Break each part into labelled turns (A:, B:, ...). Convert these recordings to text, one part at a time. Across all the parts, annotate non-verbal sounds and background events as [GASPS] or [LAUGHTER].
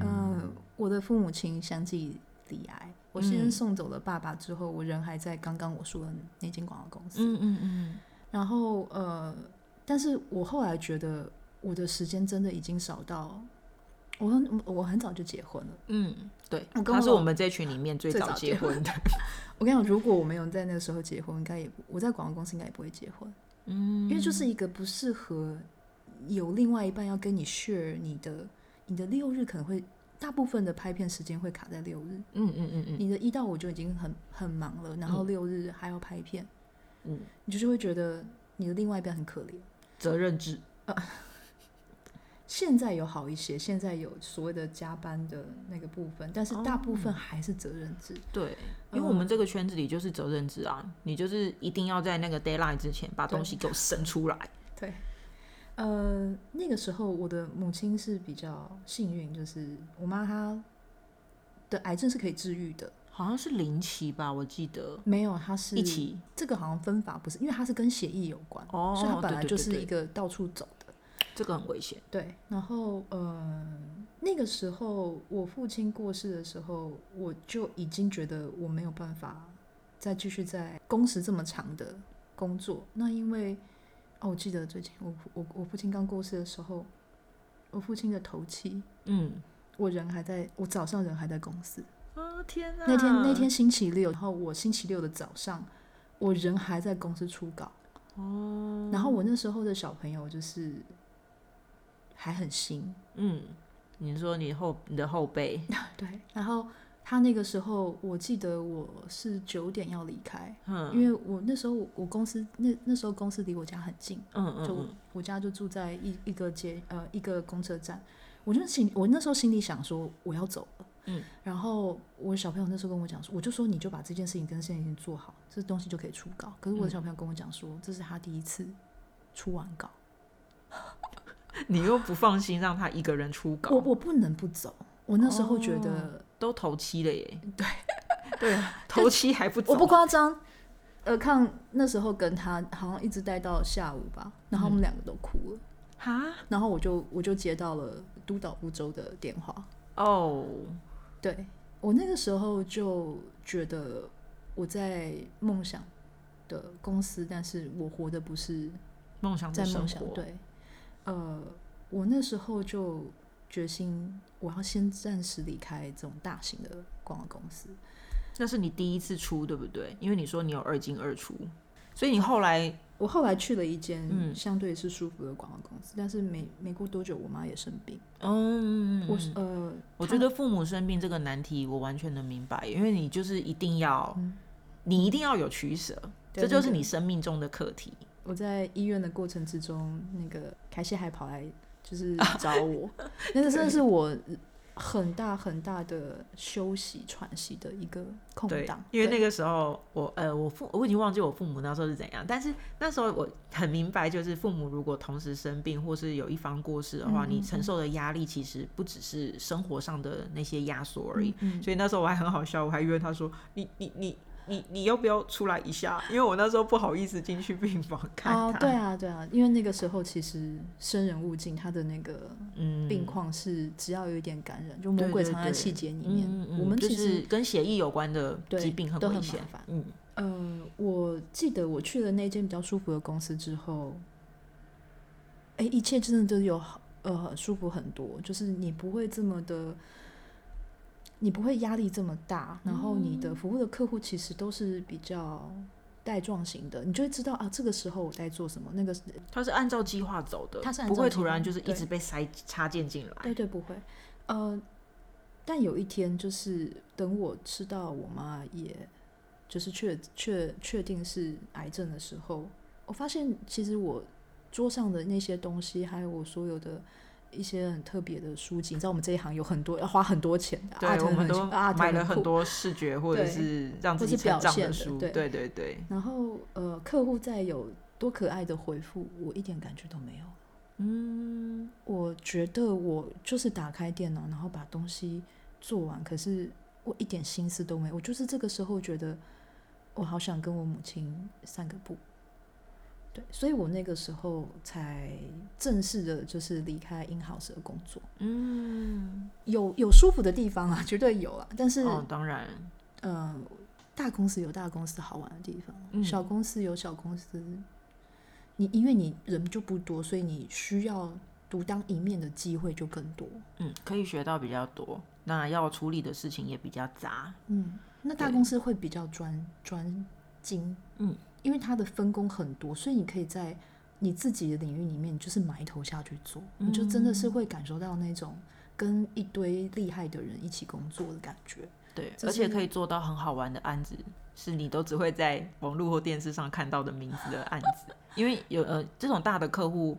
A: 呃我的父母亲相继离癌，我先送走了爸爸之后，我人还在刚刚我说的那间广告公司。
B: 嗯嗯嗯，
A: 然后呃，但是我后来觉得我的时间真的已经少到，我很我很早就结婚了。
B: 嗯，对，
A: 我跟
B: 他是
A: 我
B: 我们这群里面最
A: 最
B: 早
A: 早
B: 结
A: 结
B: 婚的。
A: 我跟你讲，如果我没有在那个时候结婚，应该也不我在广告公司应该也不会结婚，
B: 嗯，
A: 因为就是一个不适合有另外一半要跟你 share 你的你的六日可能会。大部分的拍片时间会卡在六日，
B: 嗯嗯嗯嗯
A: 你的一到五就已经很很忙了，然后六日还要拍片，
B: 嗯，
A: 你就是会觉得你的另外一半很可怜。
B: 责任制。
A: 现在有好一些，现在有所谓的加班的那个部分，但是大部
B: 哦
A: 分还是责任制。
B: 对，因为我们这个圈子里就是责任制啊，你就是一定要在那个 d a y l i n e 之前把
A: 对
B: 东西给我生出来。
A: 对，呃，那个时候我的母亲是比较幸运，就是我妈她的癌症是可以治愈的，
B: 好像是零期吧，我记得
A: 没有她是
B: 嗯一期
A: 这个好像分法不是，因为它是跟血液有关，
B: 哦
A: 所以它本来
B: 对对
A: 就
B: 对
A: 是
B: 对
A: 一个到处走的。
B: 这个很危险。
A: 对，然后呃，那个时候我父亲过世的时候，我就已经觉得我没有办法再继续在工时这么长的工作。那因为哦，我记得最近我我我父亲刚过世的时候，我父亲的头七，
B: 嗯，
A: 我人还在，我早上人还在公司。
B: 啊天哪，
A: 那天那天星期六，然后我星期六的早上，我人还在公司初稿。
B: 哦，
A: 然后我那时候的小朋友就是还很新，
B: 嗯，你说你后你的后背，
A: 对，然后他那个时候，我记得我是九点要离开，
B: 嗯
A: 因为我那时候我我公司那那时候公司离我家很近，
B: 嗯嗯
A: 就我
B: 嗯，
A: 我家就住在一一个街呃一个公车站，我就心我那时候心里想说我要走了，
B: 嗯，
A: 然后我小朋友那时候跟我讲说，我就说你就把这件事情跟现在已经做好，这东西就可以出稿。可是
B: 嗯
A: 我的小朋友跟我讲说，这是他第一次出完稿，
B: 你又不放心让他一个人出
A: 我
B: 稿，哦
A: 我不能不走，我那时候觉得。
B: 都头七了耶。对对啊，头七还不走，
A: 我不夸张，尔康那时候跟他好像一直待到下午吧，
B: 嗯
A: 然后我们两个都哭了，
B: 哈
A: 然后我就我就接到了督导部州的电话，
B: 哦，
A: 对我那个时候就觉得我在梦想的公司，但是我活的不是
B: 梦想
A: 在
B: 的生
A: 梦想，
B: 活，
A: 对，呃，我那时候就决心我要先暂时离开这种大型的广告公司，
B: 那是你第一次出，对不对？因为你说你有二进二出，所以你后来
A: 我后来去了一间
B: 嗯
A: 相对是舒服的广告公司，但是没没过多久，我妈也生病。
B: 嗯，
A: 我是呃，
B: 我
A: 她
B: 觉得父母生病这个难题，我完全能明白，因为你就是一定要，你一定要有取舍，
A: 嗯对
B: 这就是
A: 那个
B: 你生命中的课题。
A: 我在医院的过程之中，那个凯西还跑来
B: [LAUGHS]
A: 就是找我，那个真的是我很大很大的休息喘息的一个空
B: 对
A: 档，，
B: 因为那
A: 对
B: 个时候我呃，我父我已经忘记我父母那时候是怎样，但是那时候我很明白，就是父母如果同时生病或是有一方过世的话，
A: 嗯嗯
B: 你承受的压力其实不只是生活上的那些压缩而已，
A: 嗯嗯
B: 所以那时候我还很好笑，我还约他说：“你你你你你要不要出来一下？”因为我那时候不好意思进去病房看他。
A: 哦，对啊对啊，因为那个时候其实生人勿近，他的那个
B: 嗯，
A: 病况是只要有一点感染，就魔
B: 对
A: 鬼
B: 对
A: 藏在
B: 对
A: 细节里面。
B: 嗯，嗯嗯
A: 我们
B: 就
A: 其实
B: 是跟血液有关的
A: 对
B: 疾病很
A: 都
B: 危
A: 很
B: 险
A: 麻烦。
B: 嗯，
A: 呃，我记得我去了那间比较舒服的公司之后，哎，一切真的都有好呃舒服很多，就是你不会这么的，你不会压力这么大，然后你的服务的客户其实都是比较带状型的，你就会知道啊，这个时候我在做什么，那个
B: 它是按照计划走的，
A: 它是按
B: 不
A: 照
B: 会
A: 计
B: 突然
A: 划
B: 就是一
A: 对啊
B: 直被塞插件进来。
A: 对对不会，呃，但有一天就是等我吃到我妈也就是确确确定是癌症的时候，我发现其实我桌上的那些东西，还有我所有的。一些很特别的书籍，你知道我们这一行有很多要花很多钱的，啊，
B: 我们都
A: 啊，
B: 买了很
A: 酷。
B: 多视觉或者
A: 对
B: 是让自
A: 或
B: 己
A: 是
B: 成
A: 表
B: 长
A: 现
B: 的
A: 的
B: 书，
A: 对
B: 对对对，
A: 然后呃，客户在有多可爱的回复，我一点感觉都没有。
B: 嗯，
A: 我觉得我就是打开电脑，然后把东西做完，可是我一点心思都没有。我就是这个时候觉得，我好想跟我母亲散个步。对，所以我那个时候才正式的，就是离开 in house 的工作。
B: 嗯，
A: 有有舒服的地方啊，绝对有啊。但是，
B: 哦，当然，
A: 呃，大公司有大公司好玩的地方，
B: 嗯
A: 小公司有小公司，你因为你人就不多，所以你需要独当一面的机会就更多。
B: 嗯，可以学到比较多，那要处理的事情也比较杂。
A: 嗯，那大
B: 对
A: 公司会比较专专精，
B: 嗯，
A: 因为它的分工很多，所以你可以在你自己的领域里面就是埋头下去做，
B: 嗯
A: 你就真的是会感受到那种跟一堆厉害的人一起工作的感觉。
B: 对，
A: 这
B: 而且
A: 是
B: 可以做到很好玩的案子，是你都只会在网络或电视上看到的名字的案子，因为有呃这种大的客户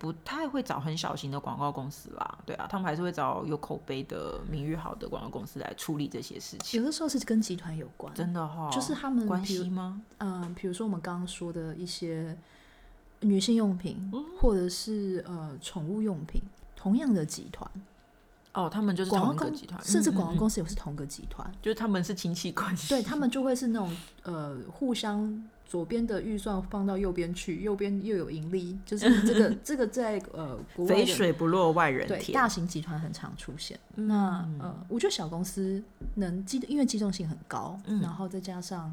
B: 不太会找很小型的广告公司啦，对啊，他们还是会找有口碑的、名誉好的广告公司来处理这些事情。
A: 有的时候是跟集团有关，
B: 真的哈、
A: 就是他们
B: 关
A: 比如
B: 系吗？
A: 嗯、比如说我们刚刚说的一些女性用品，
B: 嗯
A: 或者是呃宠物用品，同样的集团，
B: 哦，他们就是
A: 广
B: 同一
A: 告
B: 个
A: 公
B: 集团，
A: 甚至
B: 嗯嗯
A: 广告
B: 嗯
A: 公司也是同个集团。
B: 就是他们是亲戚关系，
A: 对他们就会是那种呃，互相左边的预算放到右边去，右边又有盈利，就是这
B: [LAUGHS]
A: 个这个在呃国外
B: 肥
A: 的
B: 水不落外人嗯
A: 对
B: 田
A: 大。型集团很常出现。那呃，我觉得小公司能机，因为机动性很高，
B: 嗯
A: 然后再加上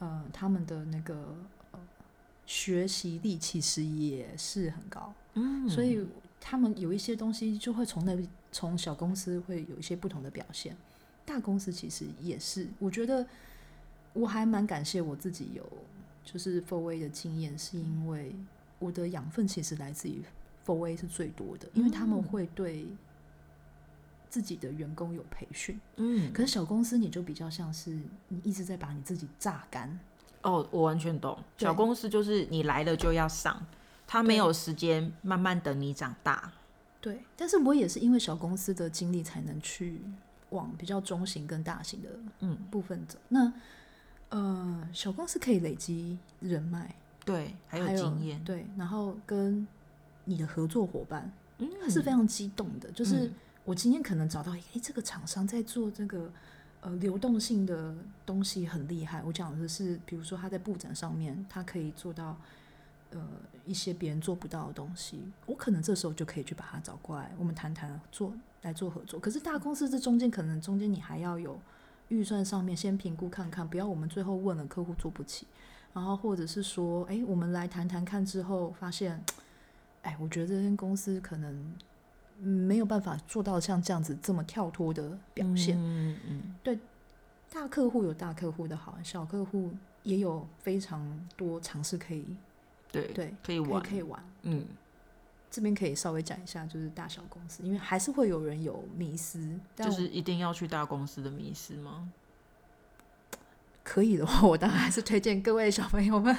A: 呃他们的那个呃学习力其实也是很高，
B: 嗯，
A: 所以他们有一些东西就会从那从小公司会有一些不同的表现，大公司其实也是，我觉得我还蛮感谢我自己有就是 f o r A 的经验，是因为我的养分其实来自于 f o r A 是最多的，因为他们会对自己的员工有培训，
B: 嗯，
A: 可是小公司你就比较像是你一直在把你自己榨干，
B: 哦，我完全懂。
A: 对
B: 小公司就是你来了就要上，他没有时间慢慢等你长大。
A: 对，但是我也是因为小公司的经历，才能去往比较中型跟大型的
B: 嗯
A: 部分走。那呃，小公司可以累积人脉，
B: 对，还
A: 还
B: 有经验，
A: 对，然后跟你的合作伙伴，
B: 嗯
A: 他是非常激动的。就是
B: 嗯
A: 我今天可能找到，诶，这个厂商在做这个呃流动性的东西很厉害。我讲的是，比如说他在布展上面，他可以做到。呃，一些别人做不到的东西，我可能这时候就可以去把他找过来，我们谈谈做来做合作。可是大公司这中间可能中间你还要有预算上面先评估看看，不要我们最后问了客户做不起，然后或者是说，哎，我们来谈谈看之后发现，哎，我觉得这间公司可能嗯没有办法做到像这样子这么跳脱的表现。
B: 嗯嗯
A: 大客户有大客户的好，小客户也有非常多尝试可以
B: 对
A: 对
B: 可
A: 可
B: 以
A: 以
B: 玩，
A: 可以玩。
B: 嗯，
A: 这边可以稍微讲一下，就是大小公司，因为还是会有人有迷失，但
B: 就
A: 我
B: 是一定要去大公司的迷失吗？
A: 可以的话，我当然还是推荐各位小朋友们，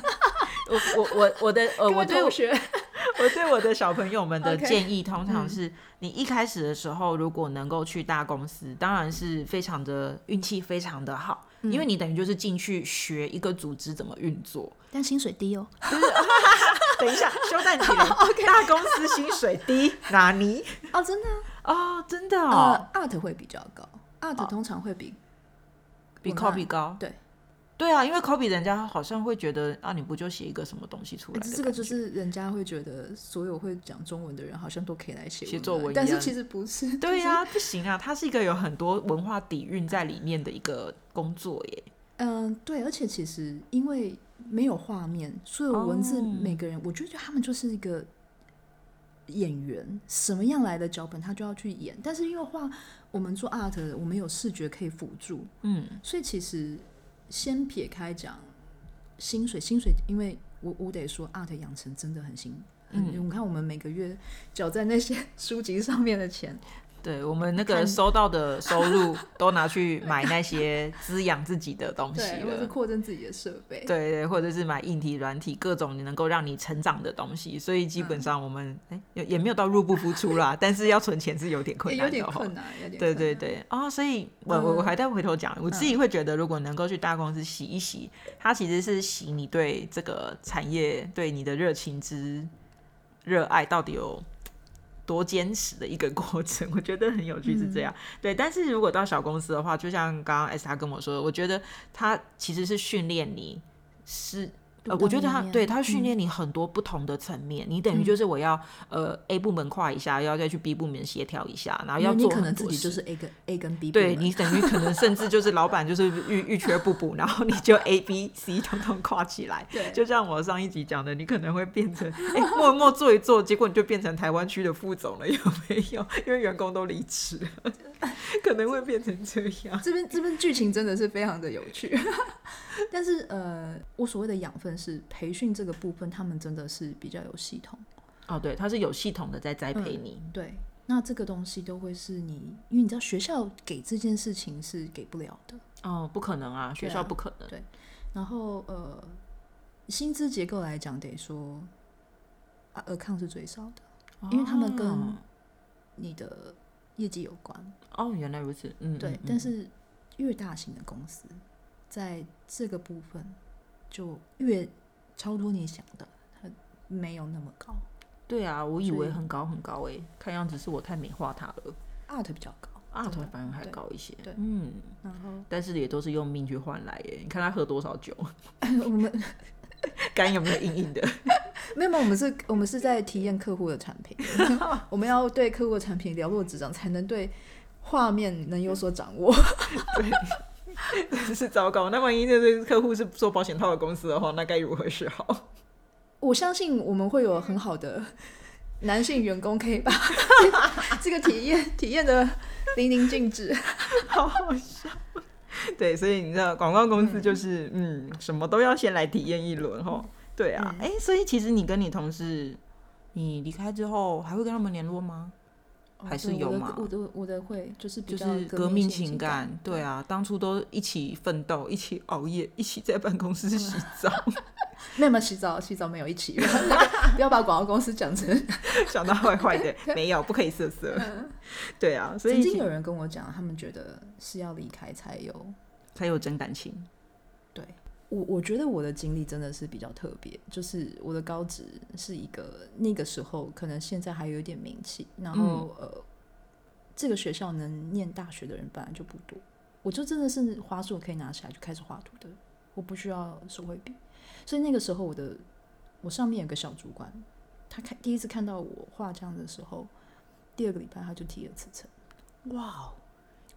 B: 我我我我的 [LAUGHS] 呃，
A: 各
B: 我
A: 位
B: 对我
A: 同学，
B: 我对我的小朋友们的
A: OK
B: 建议，通常是你一开始的时候，如果能够去大公司，当然是非常的运气非常的好，因为你等于就是进去学一个组织怎么运作。
A: 但薪水低哦。 [LAUGHS]
B: 等一下，休蛋姐 [LAUGHS] 大公司薪水 [LAUGHS] 低，哪尼？
A: 哦，真的
B: 哦，真的哦，
A: 啊、呃、，art 会比较高，art 通常会比
B: 比
A: 文案
B: copy 高。
A: 对，
B: 对啊，因为 copy 人家好像会觉得啊，你不就写一个什么东西出来的感觉？
A: 哎这个就是人家会觉得所有会讲中文的人好像都可以来写
B: 写
A: 文
B: 作
A: 案
B: 文一
A: 但是
B: 样
A: 其实不 [LAUGHS] 是。就
B: 对
A: 是
B: 呀、不行啊，它是一个有很多文化底蕴在里面的一个工作耶。
A: 嗯、对，而且其实因为没有画面，所有文字
B: 哦
A: 每个人，我觉得他们就是一个演员，什么样来的脚本他就要去演。但是因为画，我们做 art，我们有视觉可以辅助，
B: 嗯，
A: 所以其实先撇开讲薪水，薪水，因为我我得说 art 养成真的很辛
B: 嗯
A: 很，你、看我们每个月缴在那些 [LAUGHS] 书籍上面的钱，
B: 对我们那个
A: 看
B: 收到的收入都拿去买那些滋养自己的东西
A: 对，或者
B: 了。
A: 扩增自己的设备，
B: 对对，或者是买硬体、软体，各种能够让你成长的东西。所以基
A: 嗯
B: 本上我们哎、也也没有到入不敷出
A: [LAUGHS]
B: 啦，但是要存钱是有点困
A: 也
B: 难
A: 有
B: 的
A: 点
B: 哦。
A: 困难，有点
B: 对
A: 困
B: 对
A: 难
B: 对，哦，所以我我我还在回头讲，我自己会觉得，如果能够去大公司洗一洗，它其实是洗你对这个产业对你的热情之热爱到底有多坚持的一个 [LAUGHS] 过程，我觉得很有趣是这样。对，但是如果到小公司的话，就像刚刚 S 他跟我说的，我觉得他其实是训练你是呃，我觉得他对他训练你很多不同的层面，你等于就是我要呃 A 部门跨一下，要再去 B 部门协调一下，然后要
A: 你
B: 做
A: 可能
B: 很
A: 自
B: 多
A: 己就
B: 事。
A: 是 A 跟 A 跟 B 部
B: 对
A: 门
B: 你等于可能甚至就是老板就是欲欲缺不补，然后你就 A B C 统统跨起来。
A: 对
B: 就像我上一集讲的，你可能会变成哎、默默做一做，结果你就变成台湾区的副总了，有没有？ [LAUGHS] 因为员工都离职了， [LAUGHS] 可能会变成这样。
A: 这边这边剧情真的是非常的有趣， [LAUGHS] 但是呃，我所谓的养分是培训这个部分，他们真的是比较有系统。
B: 哦，对，他是有系统的在栽培你。
A: 对，那这个东西都会是你，因为你知道学校给这件事情是给不了的。
B: 哦，不可能啊，学
A: 对啊
B: 校不可能。
A: 然后呃，薪资结构来讲，得说啊，尔康是最少的，因为他们跟
B: 哦
A: 你的业绩有关。
B: 哦，原来如此，嗯，
A: 对
B: 嗯，
A: 但是越大型的公司，在这个部分就越超脱你想的，它没有那么高
B: 对啊，我以
A: 所以
B: 为很高很高诶，看样子是我太美化它了，
A: ，art 比较高
B: 啊，
A: 真的
B: 反而还
A: 对
B: 高一些，
A: 对
B: 嗯，
A: 然后 [LAUGHS]
B: 但是也都是用命去换来欸耶，你看他喝多少酒，
A: 我们
B: 肝有没有硬硬的？
A: [LAUGHS] 没有没有，我们是，我们是在体验客户的产 [LAUGHS] 品，我们要对客户的产品了若指掌，才能对画面能有所掌握。
B: 真是糟糕。那万一这对客户是做保险套的公司的话，那该如何是好？ [LAUGHS]
A: 我相信我们会有很好的男性员工可以把 [LAUGHS] 这个体验体验的淋漓尽致。
B: 好好笑。对，所以你知道，广告公司就是嗯什么都要先来体验一轮
A: 嗯
B: 吼。对啊，哎、所以其实你跟你同事，你离开之后还会跟他们联络吗？ [LAUGHS] 还是有嘛
A: 我的我的我的会就是比
B: 就
A: 较
B: 是革
A: 命
B: 命情
A: 感，
B: 感，对啊，当初都一起奋斗，一起熬夜，一起在办公室洗澡， [LAUGHS]
A: 没有没有洗澡洗澡没有一起，不 [LAUGHS] 要那个不要把广告公司讲成。
B: 想到坏坏的，没有，不可以色色， [LAUGHS] 对啊，所
A: 曾
B: 以
A: 经
B: 其
A: 有人跟我讲，他们觉得是要离开才有
B: 才有真感情。
A: 对我，我觉得我的经历真的是比较特别，就是我的高职是一个那个时候可能现在还有一点名气，然后、呃，这个学校能念大学的人本来就不多，我就真的是滑鼠可以拿起来就开始画图的，我不需要手绘笔，所以那个时候我的我上面有个小主管，他看第一次看到我画这样的时候，第二个礼拜他就提了辞呈。
B: 哇哦，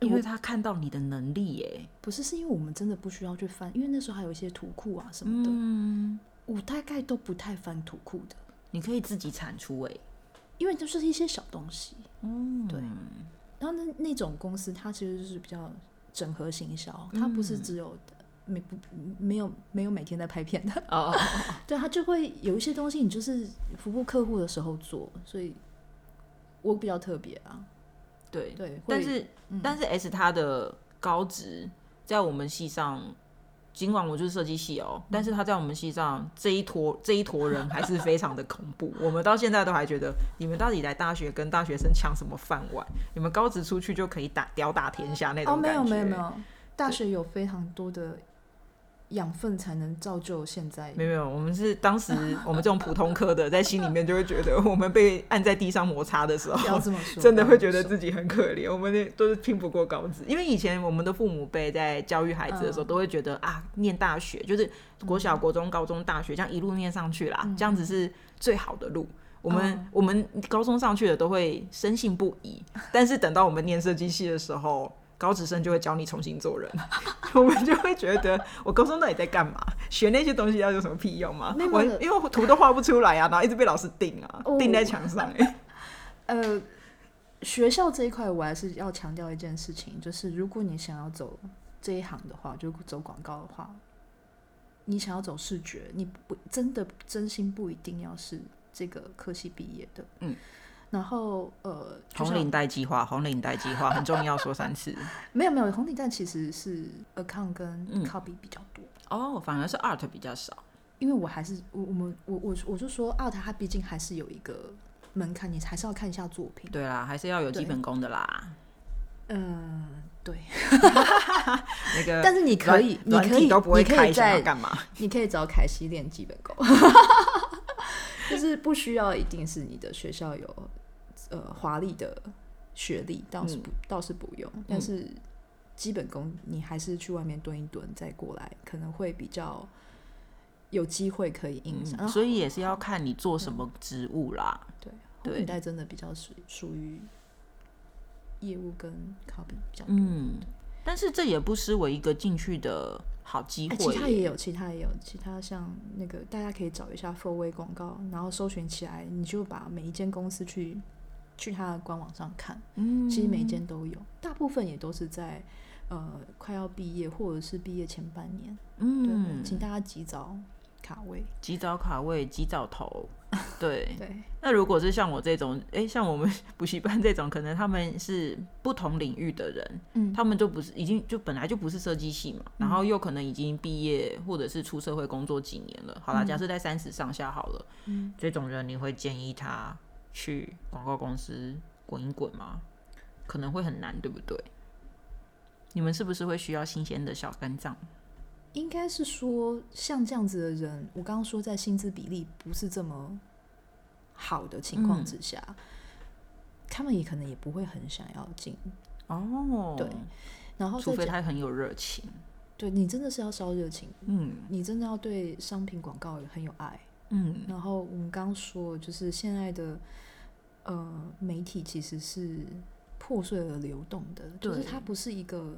B: 因为他看到你的能力耶，
A: 不是，是因为我们真的不需要去翻，因为那时候还有一些图库啊什么的，
B: 嗯，
A: 我大概都不太翻图库的。
B: 你可以自己产出哎，
A: 因为就是一些小东西。
B: 嗯，
A: 对然后那那种公司，它其实就是比较整合行销，它不
B: 嗯
A: 是只有没不没有没有每天在拍片的， [LAUGHS]
B: 哦，
A: 对，它就会有一些东西，你就是服务客户的时候做，所以我比较特别啊，
B: 对，
A: 对，
B: 但
A: 会嗯
B: 是但是 S 他的高职在我们系上。尽管我就是设计系哦，但是他在我们系上这一坨这一坨人还是非常的恐怖。我们到现在都还觉得，你们到底来大学跟大学生抢什么饭碗？你们高职出去就可以打吊打天下那
A: 哦，
B: 种
A: 没
B: 感觉。
A: 有没有没有，大学有非常多的养分才能造就现在
B: 没有没有，我们是当时我们这种普通科的，在心里面就会觉得，我们被按在地上摩擦的时
A: 不要
B: 候，
A: 这么说，
B: 哦真的
A: 不要
B: 会觉得
A: 这么
B: 自己很可怜。我们那都是拼不过高职，因为以前我们的父母辈在教育孩子的
A: 嗯
B: 时候，都会觉得啊，念大学就是国小、国中、高中、大学这样一路念上去
A: 嗯
B: 啦，这样子是最好的路。我们我们高中上去的都会深信不
A: [LAUGHS]
B: 疑，但是等到我们念设计系的时候，高职生就会教你重
A: [LAUGHS]
B: 新做人。我们就会觉得，我高中到底在干嘛？学那些东西要有什么屁用吗
A: 没有？
B: 我
A: 没有
B: 因为我图都画不出来啊，然后一直被老师定啊，
A: 哦
B: 定在墙
A: [LAUGHS]
B: 上、欸。
A: 呃，学校这一块，我还是要强调一件事情，就是如果你想要走这一行的话，就走广告的话，你想要走视觉，你不真的真心不一定要是这个科系毕业的。
B: 嗯。
A: 然后呃，就
B: 红
A: 像
B: 领带计划，红领带计划很重要，说三次。
A: 没有没有红领带其实是 account 跟
B: 嗯
A: copy 比较多，
B: [LAUGHS] 哦，反而是 art 比较少。
A: 因为我还是我我们我我我就说 art 它毕竟还是有一个门槛，你还是要看一下作品。
B: 对啦，还是要有基本功的啦。
A: 嗯，对。
B: [LAUGHS] 那个，
A: 但是你可以，你可以，
B: 都不会
A: 你可
B: 开，
A: 以
B: 想要
A: 在
B: 干嘛？
A: [LAUGHS] 你可以找凯西练基本功， [LAUGHS] 就是不需要一定是你的学校有呃华丽的学历，倒
B: 嗯
A: 是不、倒是不用，但是基本功你还是去外面蹲一蹲再过来，可能会比较有机会可以影响。然
B: 嗯，
A: 后嗯
B: 所以也是要看你做什么职务啦。
A: 对，
B: 对
A: 红领带真的比较属属于业务跟 copy 比较多。
B: 嗯，但是这也不失为一个进去的好机
A: 哎
B: 会耶。
A: 其他也有，其他也有，其他像那个大家可以找一下 f o r Way 广告，然后搜寻起来，你就把每一间公司去去它的官网上看，
B: 嗯，
A: 其实每一间都有，大部分也都是在呃快要毕业或者是毕业前半年，对，
B: 嗯，
A: 请大家及早卡位，
B: 及早卡位，及早
A: [LAUGHS]
B: 投。对，
A: 对，
B: 那如果是像我这种，哎、像我们 [LAUGHS] 补习班这种，可能他们是不同领域的人，
A: 嗯
B: 他们就不是已经就本来就不是设计系嘛，然后又可能已经毕业或者是出社会工作几年了，好啦，假设在三十上下好了，
A: 嗯，
B: 这种人你会建议他去广告公司滚一滚吗？可能会很难，对不对？你们是不是会需要新鲜的小肝脏？
A: 应该是说像这样子的人，我刚刚说在薪资比例不是这么好的情况
B: 嗯
A: 之下，他们也可能也不会很想要进。
B: 哦，
A: 对，然后
B: 除
A: 再
B: 非
A: 讲，
B: 他很有热情，
A: 对你真的是要烧热情，
B: 嗯
A: 你真的要对商品广告很有爱。
B: 嗯，
A: 然后我们刚刚说，就是现在的呃媒体其实是破碎而流动的，就是
B: 对
A: 它不是一个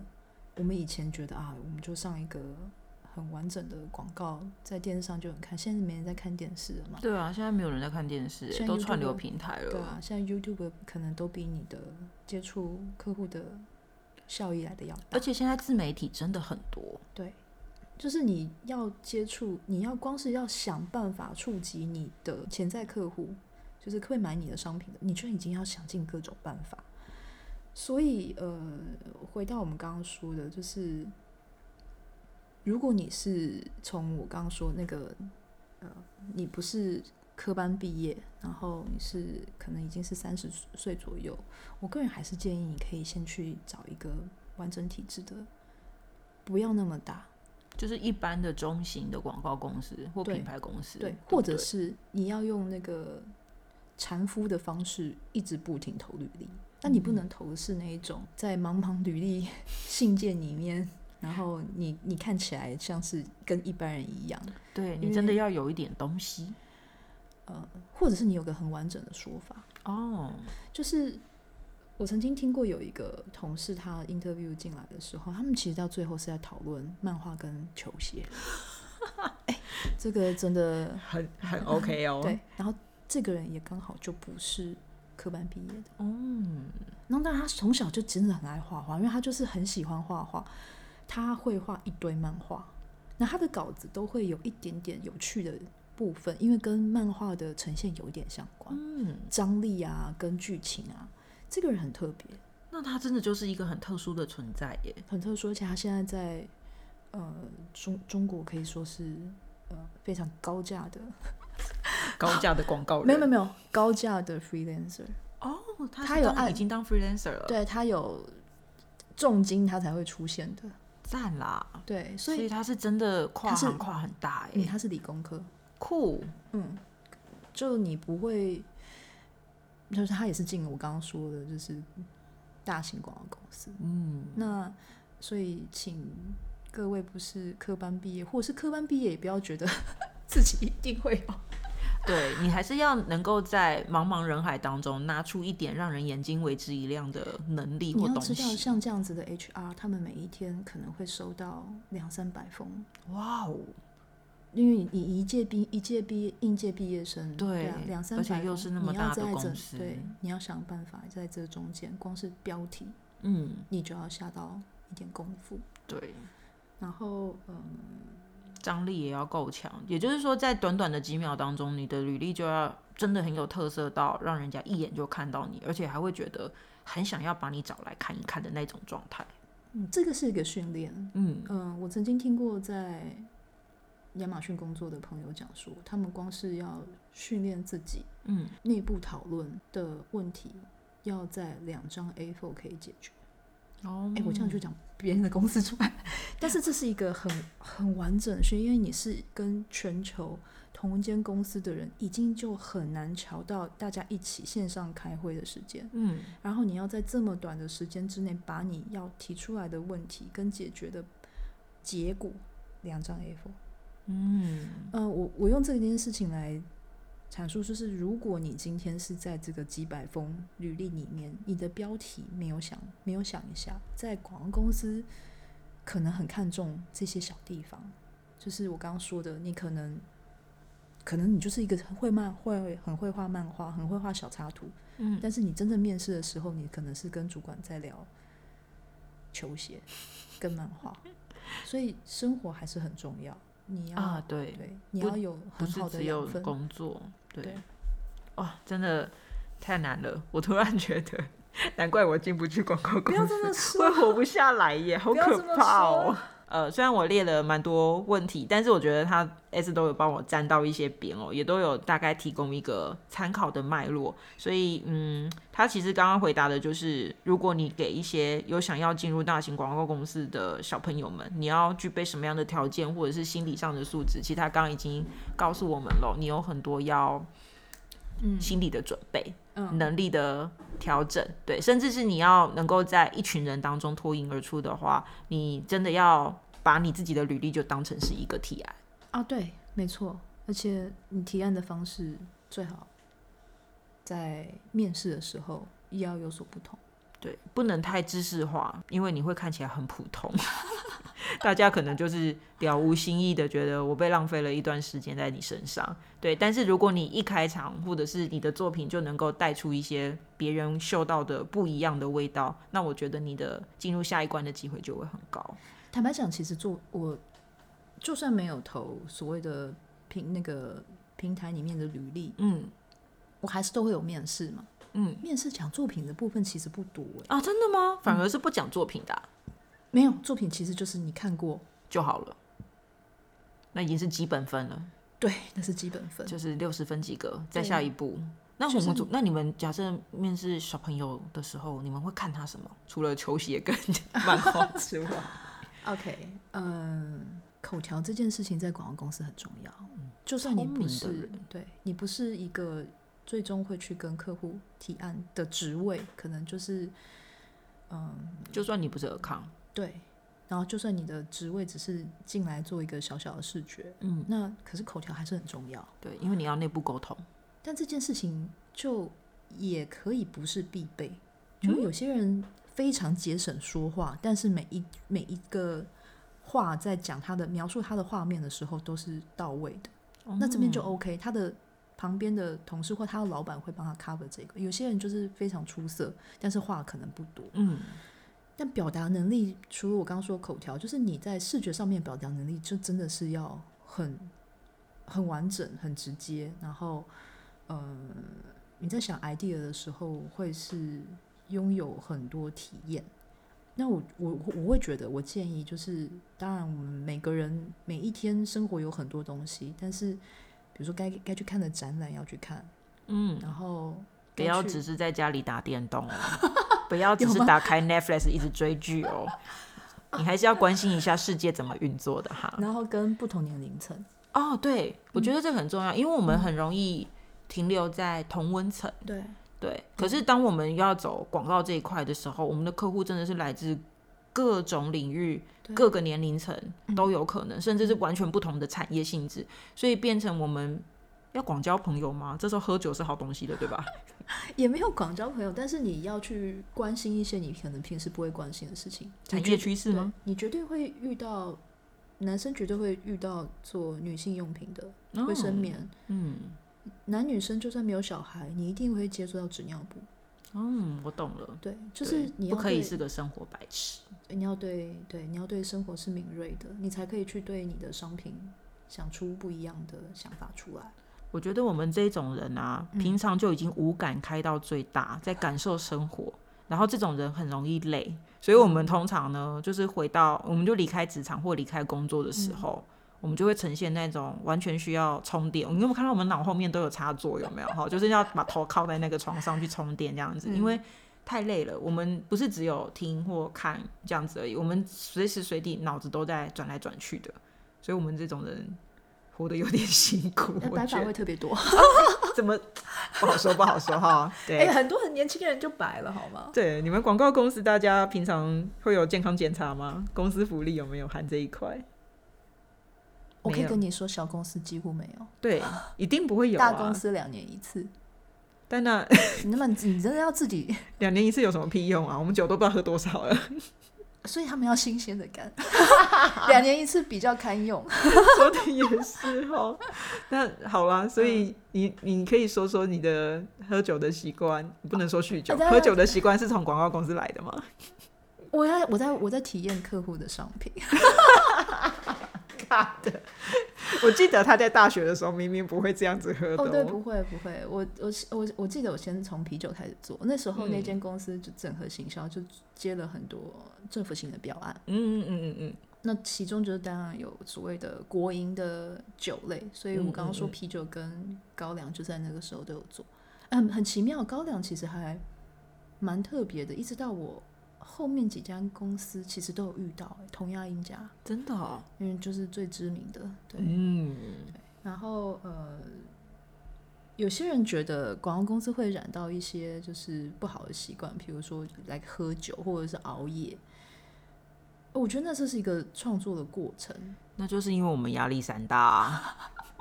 A: 我们以前觉得啊，我们就上一个很完整的广告在电视上就很看，现在没人在看电视了嘛。
B: 对啊，现在没有人在看电视欸
A: 现在
B: 耶，都串
A: YouTube-
B: 流平台
A: 对
B: 了
A: 啊。，现在 YouTube 可能都比你的接触客户的效益来的要大
B: 而。且现在自媒体真的很多，
A: 对，就是你要接触，你要光是要想办法触及你的潜在客户，就是会买你的商品的，你就已经要想尽各种办法。所以，呃，回到我们刚刚说的，就是如果你是从我刚刚说那个，呃，你不是科班毕业，然后你是可能已经是三十岁左右，我个人还是建议你可以先去找一个完整体制的，不要那么大，
B: 就是一般的中型的广告公司或
A: 对
B: 品牌公司，
A: 对，
B: 不
A: 或者
B: 对
A: 是你要用那个缠夫的方式，一直不停投履历。但你不能投的是那一种在茫茫履历 [LAUGHS] 信件里面，然后你你看起来像是跟一般人一样，
B: 对
A: 因
B: 你
A: 为
B: 真的要有一点东西
A: 呃，或者是你有个很完整的说法。
B: 哦，
A: 就是我曾经听过有一个同事，他 interview 进来的时候，他们其实到最后是在讨论漫画跟球鞋。 [LAUGHS] 哎、这个真的
B: 很很 OK 哦
A: 对，然后这个人也刚好就不是科班毕业的，
B: 嗯，
A: 然后但他从小就真的很爱画画，因为他就是很喜欢画画，他会画一堆漫画，那他的稿子都会有一点点有趣的部分，因为跟漫画的呈现有一点相关，
B: 嗯，
A: 张力啊，跟剧情啊，这个人很特别，
B: 那他真的就是一个很特殊的存在
A: [LAUGHS]
B: 耶，
A: 很特殊，而且他现在在呃中中国可以说是呃非常高价的，
B: 高价的广告人，
A: 没有没有没有高价的 freelancer。
B: 有，他
A: 他
B: 是
A: 有
B: 当
A: 按
B: 已经当 freelancer 了，
A: 对他有重金，他才会出现的。
B: 赞啦，
A: 对，所
B: 所以
A: 以
B: 他是真的跨
A: 他是
B: 行跨很大
A: 嗯，
B: 耶，
A: 他是理工科，
B: 酷，
A: 嗯，就你不会，就是他也是进我刚刚说的，就是大型广告公司。
B: 嗯，
A: 那所以请各位不是科班毕业，或者是科班毕业，也不要觉得 [LAUGHS] 自己一定会有。
B: 对你还是要能够在茫茫人海当中拿出一点让人眼睛为之一亮的能力
A: 你
B: 或
A: 要
B: 东
A: 知道，
B: 西。
A: 像这样子的 HR，他们每一天可能会收到两三百封
B: 哇哦，
A: 因为你一届毕一届毕业应届毕业生，
B: 对
A: 啊两三
B: 而
A: 百
B: 且
A: 个，
B: 又是那么
A: 你要
B: 大的
A: 在这
B: 公司
A: 对，你要想办法在这中间，光是标题
B: 嗯，
A: 你就要下到一点功夫，
B: 对，
A: 然后嗯，
B: 张力也要够强。也就是说，在短短的几秒当中，你的履历就要真的很有特色到让人家一眼就看到你，而且还会觉得很想要把你找来看一看的那种状态。
A: 嗯这个是一个训练，
B: 嗯，
A: 嗯，我曾经听过在亚马逊工作的朋友讲说，他们光是要训练自己，
B: 嗯，
A: 内部讨论的问题要在两张 A4 可以解决。
B: 哦
A: 哎、我这样就讲别人的公司出来， [LAUGHS] 但是这是一个很很完整的事，因为你是跟全球同一间公司的人，已经就很难瞧到大家一起线上开会的时间，
B: 嗯，
A: 然后你要在这么短的时间之内把你要提出来的问题跟解决的结果，两张 A4，
B: 嗯
A: 呃，我我用这件事情来阐述，就是如果你今天是在这个几百封履历里面，你的标题没有想没有想一下，在广告公司可能很看重这些小地方，就是我刚刚说的，你可能可能你就是一个很会漫会很会画漫画，很会画小插图，
B: 嗯，
A: 但是你真正面试的时候，你可能是跟主管在聊球鞋跟漫
B: [LAUGHS]
A: 画，所以生活还是很重要。你要、
B: 啊，对，
A: 对，你
B: 不
A: 要有
B: 不
A: 很
B: 是
A: 好的
B: 只有
A: 养分。
B: 工作，对
A: 对，
B: 哇，真的太难了，我突然觉得，难怪我进不去广告
A: 不
B: 公
A: 要
B: 司，
A: 这么
B: 会 [LAUGHS]
A: 说，
B: 活不下来耶，好
A: 啊不要
B: 可
A: 这么
B: 怕哦
A: 说。
B: 呃，虽然我列了蛮多问题，但是我觉得他 S 都有帮我沾到一些边哦，也都有大概提供一个参考的脉络。所以，嗯，他其实刚刚回答的就是，如果你给一些有想要进入大型广告公司的小朋友们，你要具备什么样的条件或者是心理上的素质，其实他刚刚已经告诉我们了，你有很多要
A: 嗯
B: 心理的准备。
A: 嗯，
B: 能力的调整，对，甚至是你要能够在一群人当中脱颖而出的话，你真的要把你自己的履历就当成是一个提案。
A: 啊，对，没错，而且你提案的方式最好在面试的时候也要有所不同。
B: 对，不能太知识化，因为你会看起来很普通， [LAUGHS] 大家可能就是了无新意的，觉得我被浪费了一段时间在你身上。对，但是如果你一开场或者是你的作品就能够带出一些别人嗅到的不一样的味道，那我觉得你的进入下一关的机会就会很高。
A: 坦白讲，其实做我就算没有投所谓的平那个平台里面的履历，
B: 嗯
A: 我还是都会有面试嘛。
B: 嗯，
A: 面试讲作品的部分其实不多诶、
B: 啊，真的吗？反而是不讲作品的啊、
A: 没有作品其实就是你看过，
B: 就好了，那已经是基本分了，
A: 对，那是基本分。
B: 就是六十分及格，再
A: 对
B: 下一步。那我
A: 就是
B: 们组，那你们假设面试小朋友的时候，你们会看他什么？除了球鞋跟 [LAUGHS] 漫画
A: [LAUGHS]
B: 之外，
A: OK，嗯，口条这件事情在广告公司很重要。嗯就算你
B: 聪
A: 不
B: 明的
A: 是
B: 人
A: 对你不是一个最终会去跟客户提案的职位，可能就是嗯
B: 就算你不是尔康，
A: 对，然后就算你的职位只是进来做一个小小的视觉，
B: 嗯，
A: 那可是口条还是很重要。
B: 对，因为你要内部沟通，
A: 但这件事情就也可以不是必备，就有些人非常节省说话，但是每一每一个话在讲他的描述他的画面的时候都是到位的，那这
B: 嗯
A: 边就 OK，他的。旁边的同事或他的老板会帮他 cover 这个。有些人就是非常出色，但是话可能不多。
B: 嗯，
A: 但表达能力，除了我刚刚说口条，就是你在视觉上面表达能力，就真的是要很很完整、很直接。然后，嗯，你在想 idea 的时候，会是拥有很多体验。那我我我会觉得，我建议就是，当然我们每个人每一天生活有很多东西，但是比如说该该去看的展览要去看，
B: 嗯，
A: 然后
B: 不
A: 该
B: 要
A: 去
B: 只是在家里打电
A: [LAUGHS]
B: 动哦，不要只是
A: 有吗
B: 打开 Netflix 一直追
A: [LAUGHS]
B: 剧哦，你还是要关心一下世界怎么运作的哈。
A: 然后跟不同年龄层，
B: 哦，对，我觉得这个很重要，因为我
A: 嗯
B: 们很容易停留在同温层。
A: 对，嗯
B: 对，可是当我们要走广告这一块的时候，我们的客户真的是来自各种领域、
A: 对嗯
B: 各个年龄层都有可能，甚至是完全不同的产业性质，所以变成我们要广交朋友吗？这时候喝酒是好东西的，对吧？
A: 也没有广交朋友，但是你要去关心一些你可能平时不会关 [LAUGHS] 心的事情。
B: 产
A: 你
B: 业
A: 绝
B: 趋势吗？
A: 对你绝对会遇到，男生绝对会遇到做女性用品的卫生
B: 哦，
A: 棉。
B: 嗯
A: 男女生就算没有小孩，你一定会接触到纸尿布。
B: 嗯，我懂了，
A: 对，就
B: 对
A: 是你要对
B: 不可以是个生活白痴。
A: 你要对对你要对生活是敏锐的，你才可以去对你的商品想出不一样的想法出
B: [LAUGHS]
A: 来。
B: 我觉得我们这种人啊，
A: 嗯
B: 平常就已经五感开到最
A: [LAUGHS]
B: 大，在感受生活，然后这种人很容易累，
A: 嗯
B: 所以我们通常呢，就是回到我们就离开职场或离开工作的时候。
A: 嗯
B: 我们就会呈现那种完全需要充电。你有没有看到我们脑后面都有插座？有没有？哈，就是要把头靠在那个床上去充电这样
A: 嗯
B: 子，因为太累了。我们不是只有听或看这样子而已，我们随时随地脑子都在转来转去的，所以我们这种人活得有点辛苦。
A: 那
B: 我
A: 白
B: 觉
A: 发
B: 得
A: 会特别多，
B: 怎么 [LAUGHS] 不好说不好说哈？
A: [LAUGHS] 哎、
B: 对
A: 很多很年轻人就白了，好吗？
B: 对，你们广告公司大家平常会有健康检查吗？公司福利有没有含这一块？
A: 我可以
B: 没有
A: 跟你说，小公司几乎没有，
B: 对， [GASPS] 一定不会有
A: 大公
B: 啊。
A: 司两年一次。
B: 但那 [LAUGHS]
A: 你那么你真的要自己， [LAUGHS]
B: 两年一次有什么屁用啊？我们酒都不知道喝多少了，
A: 所以他们要新鲜的干， [LAUGHS] 两年一次比较堪用。
B: 说的也是哦。那好啦，所
A: 嗯
B: 以你你可以说说你的喝酒的习惯，不能说酗酒。
A: 哎对
B: 喝酒的习惯是从广告公司来的吗？
A: 我在我在我在体验客户的商品，
B: 我记得他在大学的时候明明不会这样子喝的、
A: 哦，对，不会不会，我我我我记得我先从啤酒开始做，那时候那间公司就整合行销，就接了很多政府型的标案，
B: 嗯嗯嗯嗯
A: 那其中就是当然有所谓的国营的酒类，所以我刚刚说
B: 嗯嗯嗯
A: 啤酒跟高粱就在那个时候都有做，嗯，很奇妙，高粱其实还蛮特别的，一直到我后面几家公司其实都有遇到、欸同样一家，
B: 嗯，真的、哦，
A: 因为就是最知名的，对，
B: 嗯，
A: 然后呃，有些人觉得广告公司会染到一些就是不好的习惯，比如说来喝酒或者是熬夜。我觉得那这是一个创作的过程，
B: 那就是因为我们压力山大、啊，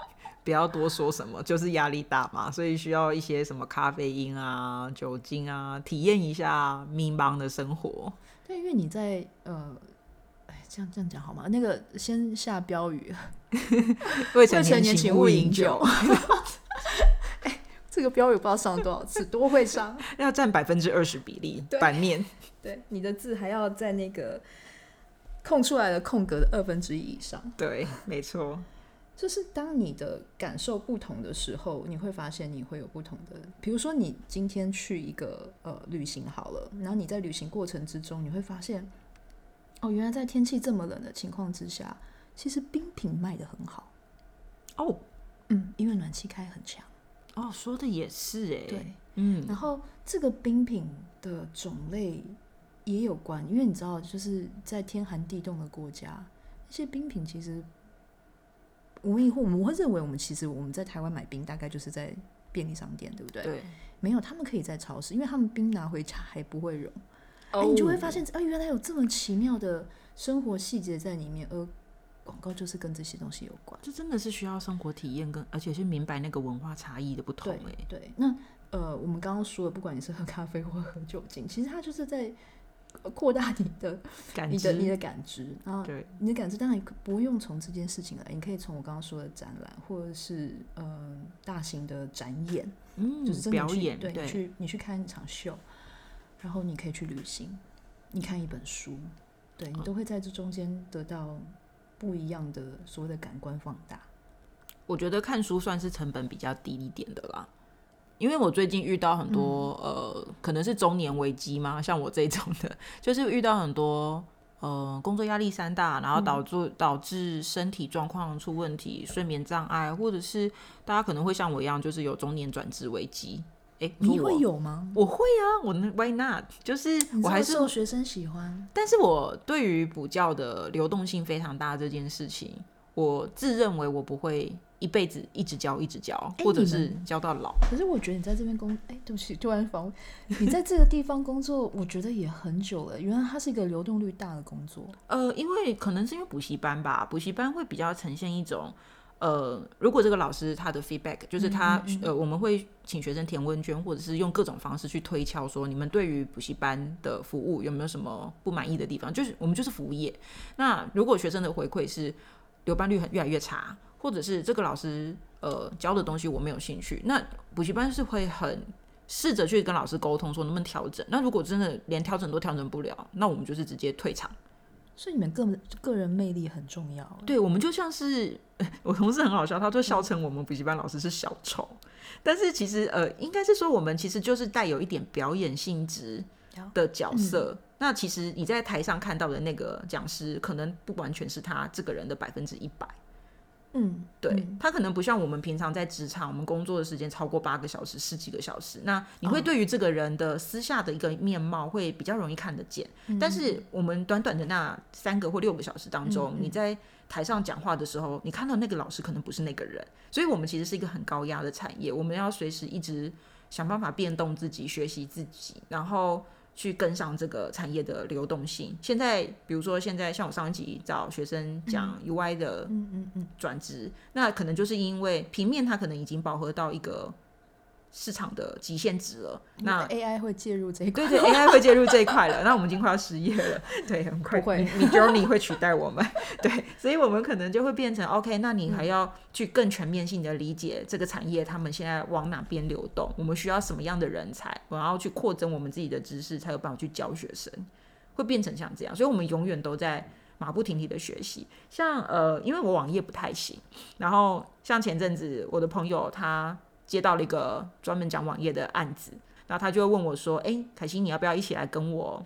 B: [LAUGHS] 不要多说什么，就是压力大嘛，所以需要一些什么咖啡因啊、酒精啊，体验一下迷茫的生活。
A: 但因为你在呃，哎，这样这样讲好吗？那个先下标语， [LAUGHS]
B: 未
A: 未成年
B: 请
A: 请
B: 勿
A: 勿
B: 饮
A: 饮
B: 酒
A: 酒，。哎，这个标语不知道上了多少 [LAUGHS] 次，多会上。
B: 要占百分之二十比例
A: 对
B: 版面。
A: 对，你的字还要在那个空出来的空格的二分之一以上。
B: 对，没错。
A: 就是当你的感受不同的时候，你会发现你会有不同的。比如说，你今天去一个呃旅行好了，然后你在旅行过程之中，你会发现，哦，原来在天气这么冷的情况之下，其实冰品卖的很好。
B: 哦
A: 嗯，因为暖气开很强。
B: 哦，说的也是哎。
A: 对，
B: 嗯
A: 然后这个冰品的种类也有关，因为你知道，就是在天寒地冻的国家，那些冰品其实无意或我们会认为，我们其实我们在台湾买冰大概就是在便利商店，对不对？
B: 对。
A: 没有，他们可以在超市，因为他们冰拿回家还不会融，哎、
B: 哦
A: 你就会发现，哎、原来有这么奇妙的生活细节在里面，而广告就是跟这些东西有关。
B: 这真的是需要生活体验跟，而且是明白那个文化差异的不同
A: 对
B: 哎。
A: 对，那呃，我们刚刚说的，不管你是喝咖啡或喝酒精，其实它就是在呃扩大你的
B: 感
A: 你的你
B: 知。
A: 的感知啊，
B: 对，
A: 你的感知当然不用从这件事情来，你可以从我刚刚说的展览，或者是嗯、呃大型的展演，
B: 嗯，
A: 就是真的
B: 表
A: 去
B: 演，
A: 对，你
B: 对，
A: 去你去看一场秀，然后你可以去旅行，你看一本书，对
B: 哦
A: 你都会在这中间得到不一样的所谓的感官放大。
B: 我觉得看书算是成本比较低一点的啦。因为我最近遇到很多、
A: 嗯
B: 呃，可能是中年危机嘛，像我这种的， [LAUGHS] 就是遇到很多呃工作压力山大，然后
A: 嗯
B: 导致、导致身体状况出问题，睡眠障碍，或者是大家可能会像我一样，就是有中年转职危机。哎，
A: 你
B: 说我
A: 会有吗？
B: 我会啊，我那 why not？就是
A: 你知
B: 我还
A: 道
B: 是
A: 受学生喜欢。
B: 但是我对于补教的流动性非常大这件事情，我自认为我不会一辈子一直教一直教，
A: 哎
B: 或者
A: 你
B: 是
A: 们
B: 教到老。
A: 可是我觉得你在这边工，哎、对不起，突然访问，你在这个地方工作， [LAUGHS] 我觉得也很久了。原来它是一个流动率大的工作，
B: 呃，因为可能是因为补习班吧，补习班会比较呈现一种，呃，如果这个老师他的 feedback 就是他、
A: 嗯嗯嗯
B: 呃，我们会请学生填问卷，或者是用各种方式去推敲说你们对于补习班的服务有没有什么不满意的地方，就是我们就是服务业。那如果学生的回馈是留班率很越来越差，或者是这个老师呃教的东西我没有兴趣，那补习班是会很。试着去跟老师沟通，说能不能调整。那如果真的连调整都调整不了，那我们就是直接退场。
A: 所以你们个个人魅力很重要。
B: 对，我们就像是 [LAUGHS] 我同事很好笑，他就笑称我们补习班老师是小丑，但是其实呃，应该是说我们其实就是带有一点表演性质
A: 了
B: 的角色。那其实你在台上看到的那个讲师，可能不完全是他这个人的百分之一百。
A: 嗯，
B: 对、
A: 嗯
B: 他可能不像我们平常在职场，我们工作的时间超过八个小时、十几个小时，那你
A: 嗯
B: 会对于这个人的私下的一个面貌会比较容易看得见。
A: 嗯
B: 但是我们短短的那三个或六个小时当中，
A: 嗯嗯
B: 你在台上讲话的时候，你看到那个老师可能不是那个人，所以我们其实是一个很高压的产业，我们要随时一直想办法变动自己、学习自己，然后去跟上这个产业的流动性。现在，比如说现在像我上一集找学生讲 UI 的
A: 嗯嗯嗯，
B: 转职，那可能就是因为平面它可能已经饱和到一个市场的极限值了。那
A: AI 会介入这一块，
B: [LAUGHS] 对对，AI 会介入这一块了。那我们已经快要失业了，对，很快
A: 不会
B: Midjourney 会取代我们， [LAUGHS] 对，所以我们可能就会变成 OK。那
A: 嗯
B: 你还要去更全面性的理解这个产业，他们现在往哪边流动，我们需要什么样的人才，然后去扩增我们自己的知识，才有办法去教学生，会变成像这样。所以我们永远都在。马不停蹄的学习，像呃，因为我网页不太行，然后像前阵子我的朋友他接到了一个专门讲网页的案子，然后他就会问我说：“哎、凯西，你要不要一起来跟我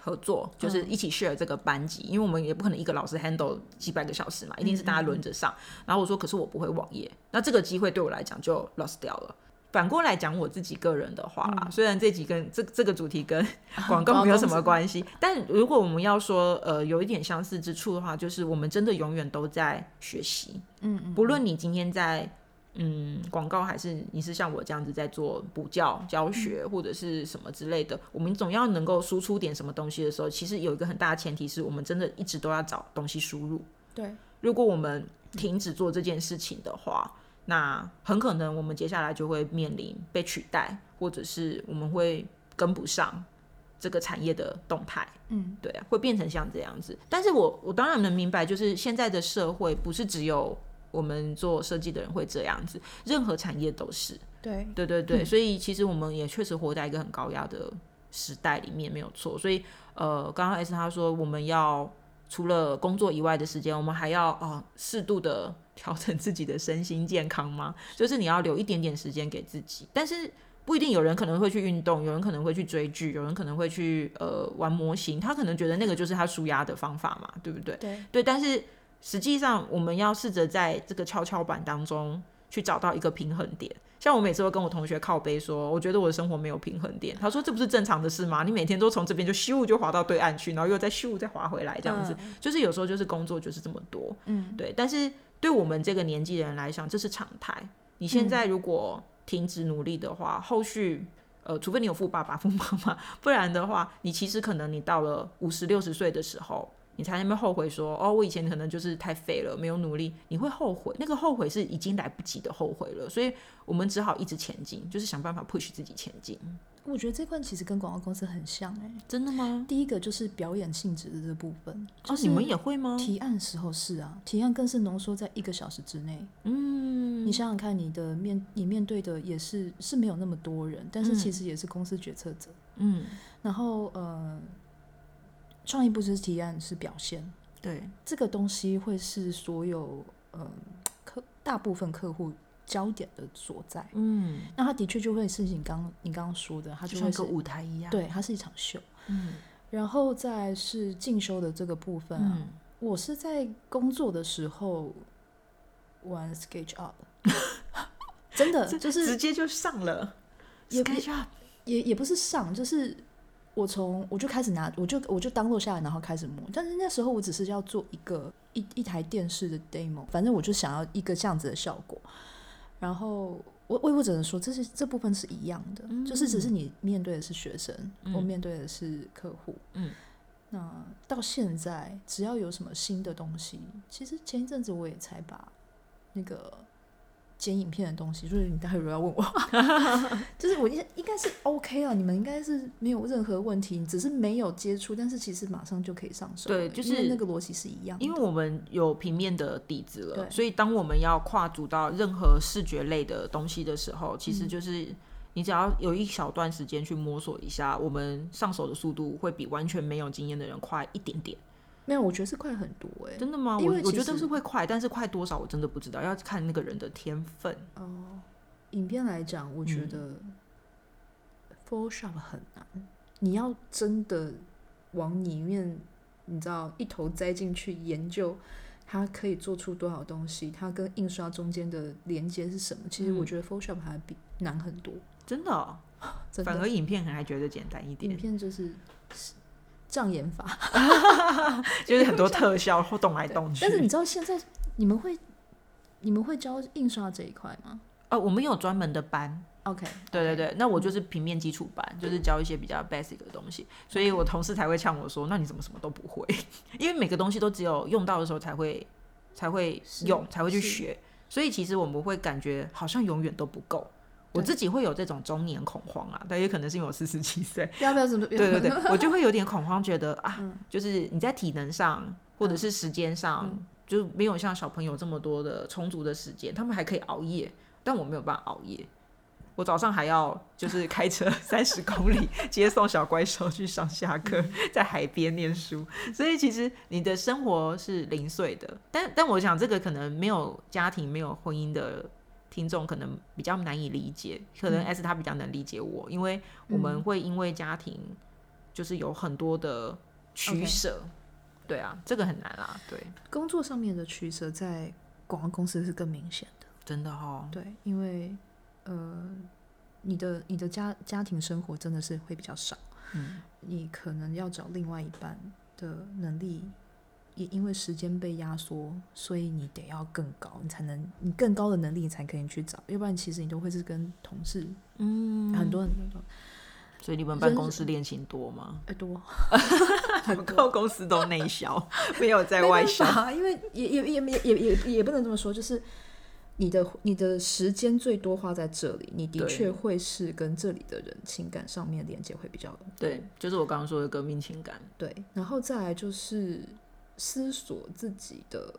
B: 合作？就是一起 share 这个班级，因为我们也不可能一个老师 handle 几百个小时嘛，一定是大家轮着上。然后我说：“可是我不会网页，那这个机会对我来讲就 lost 掉了。”反过来讲，我自己个人的话啦，
A: 嗯
B: 虽然这集跟这这个主题跟
A: 啊
B: 广告没有什么关系，但如果我们要说呃有一点相似之处的话，就是我们真的永远都在学习。
A: 嗯嗯，
B: 不论你今天在嗯广告，还是你是像我这样子在做补教教学
A: 嗯
B: 或者是什么之类的，我们总要能够输出点什么东西的时候，其实有一个很大的前提是我们真的一直都要找东西输入。
A: 对，
B: 如果我们停止做这件事情的话，那很可能我们接下来就会面临被取代，或者是我们会跟不上这个产业的动态。
A: 嗯，
B: 对啊，会变成像这样子。但是我我当然能明白，就是现在的社会不是只有我们做设计的人会这样子，任何产业都是。
A: 对，
B: 对对对，所以其实我们也确实活在一个很高压的时代里面，没有错。所以呃，刚刚 S 他说我们要除了工作以外的时间，我们还要啊适度的调整自己的身心健康吗？就是你要留一点点时间给自己，但是。不一定，有人可能会去运动，有人可能会去追剧，有人可能会去呃玩模型，他可能觉得那个就是他舒压的方法嘛，对不对？
A: 对，
B: 对，但是实际上我们要试着在这个跷跷板当中去找到一个平衡点。像我每次会跟我同学靠背说，我觉得我的生活没有平衡点。他说这不是正常的事吗？你每天都从这边就咻就滑到对岸去，然后又再咻再滑回来，这样子、就是有时候就是工作就是这么多，
A: 嗯，
B: 对。但是对我们这个年纪的人来讲，这是常态。你现在如果停止努力的话，后续呃，除非你有富爸爸、富妈妈，不然的话，你其实可能你到了五十六十岁的时候，你才那边后悔说，哦，我以前可能就是太废了，没有努力，你会后悔。那个后悔是已经来不及的后悔了，所以我们只好一直前进，就是想办法 push 自己前进。
A: 我觉得这块其实跟广告公司很像哎、
B: 真的吗？
A: 第一个就是表演性质的这部分，就
B: 哦，
A: 是
B: 你们也会吗？
A: 提案时候是啊，提案更是浓缩在一个小时之内。
B: 嗯，
A: 你想想看，你的面你面对的也是是没有那么多人，但是其
B: 嗯
A: 实也是公司决策者。
B: 嗯，
A: 然后呃，创意不只是提案，是表现。
B: 对，
A: 这个东西会是所有呃客大部分客户焦点的所在。
B: 嗯，
A: 那它的确就会是你刚你刚刚说的，它
B: 就
A: 就
B: 像
A: 会
B: 一
A: 是
B: 个舞台一样。，
A: 对，它是一场秀。
B: 嗯
A: 然后再来是进修的这个部分啊，
B: 嗯，
A: 我是在工作的时候玩 SketchUp，真的就
B: 直
A: 是
B: 接就上了。
A: 也
B: SketchUp，
A: 也也不是上，就是我从我就开始拿，我就我就当落下来，然后开始摸。但是那时候我只是要做一个一一台电视的 demo，反正我就想要一个这样子的效果。然后我我我只能说，这是这部分是一样的，就是只是你面对的是学生，我
B: 嗯
A: 面对的是客户，
B: 嗯。
A: 那到现在，只要有什么新的东西，其实前一阵子我也才把那个剪影片的东西，就是你待会如果要问我，
B: [LAUGHS]
A: 就是我 [LAUGHS] 应应该是 OK 啊，你们应该是没有任何问题，只是没有接触，但是其实马上就可以上手了。
B: 对就
A: 因为
B: 是
A: 那个逻辑是一样的。
B: 因为我们有平面的底子了，
A: 对
B: 所以当我们要跨足到任何视觉类的东西的时候，其实
A: 嗯
B: 就是你只要有一小段时间去摸索一下，我们上手的速度会比完全没有经验的人快一点点。
A: 没有，我觉得是快很多哎、
B: 真的吗？
A: 因
B: 我
A: 为
B: 我
A: 其
B: 觉得
A: 实
B: 是会快，但是快多少我真的不知道，要看那个人的天分。
A: 哦、影片来讲，我
B: 嗯
A: 觉得 Photoshop 很难，你要真的往里面，你知道一头栽进去研究。它可以做出多少东西？它跟印刷中间的连接是什么？其实我
B: 嗯
A: 觉得 Photoshop 还比难很多，
B: 真的哦、
A: 真的
B: 反。而影片可能还觉得简单一
A: 影
B: 点，
A: 片就是障眼法，
B: 就是很多特效或动来
A: 对
B: 动去。
A: 但是你知道现在你们会你们会教印刷这一块吗？
B: 呃，我们有专门的班，
A: OK，
B: 对对对，那我就是平面基础班，就是教一些比较 basic 的东西，所以我同事才会呛我说：“那你怎么什么都不会？” [LAUGHS] 因为每个东西都只有用到的时候才会才会
A: 是
B: 用，才会去
A: 是
B: 学，所以其实我们会感觉好像永远都不够。我
A: 对
B: 自己会有这种中年恐慌啊，但也可能是因为我四十七岁，
A: 要不要怎么？
B: 对
A: [LAUGHS]
B: 对对，我就会有点恐慌，觉得啊，
A: 嗯
B: 就是你在体能上或者
A: 嗯
B: 是时间上，就没有像小朋友这么多的充足的时间，他们还可以熬夜，但我没有办法熬夜。我早上还要就是开车 [LAUGHS] 三十公里接送小怪兽去上下课， [LAUGHS] 在海边念书，所以其实你的生活是零碎的。但但我想这个可能没有家庭、没有婚姻的听众可能比较难以理解，可能 S 他比较能理解我，因为我们会因为家庭就是有很多的取
A: OK
B: 舍。对啊，这个很难啦，对，
A: 工作上面的取舍在广告公司是更明显的。
B: 真的哦，
A: 对，因为呃，你的你的家家庭生活真的是会比较少，
B: 嗯，
A: 你可能要找另外一半的能力，也因为时间被压缩，所以你得要更高，你才能你更高的能力你才可以去找，要不然其实你都会是跟同事、
B: 嗯
A: 很多人都说
B: 所以你们
A: 人
B: 办公室恋情多吗？
A: 哎多
B: [LAUGHS] 我
A: [LAUGHS] 很
B: 们
A: 多。
B: 公司都内 [LAUGHS] 销，没有在
A: 没
B: 外
A: 办
B: 销。
A: 法，因为也也也也也也也不能这么说，就是你的你的时间最多花在这里，你的
B: 对
A: 确会是跟这里的人情感上面连接会比较
B: 对，就是我刚刚说的革命情感。
A: 对，然后再来就是思索自己的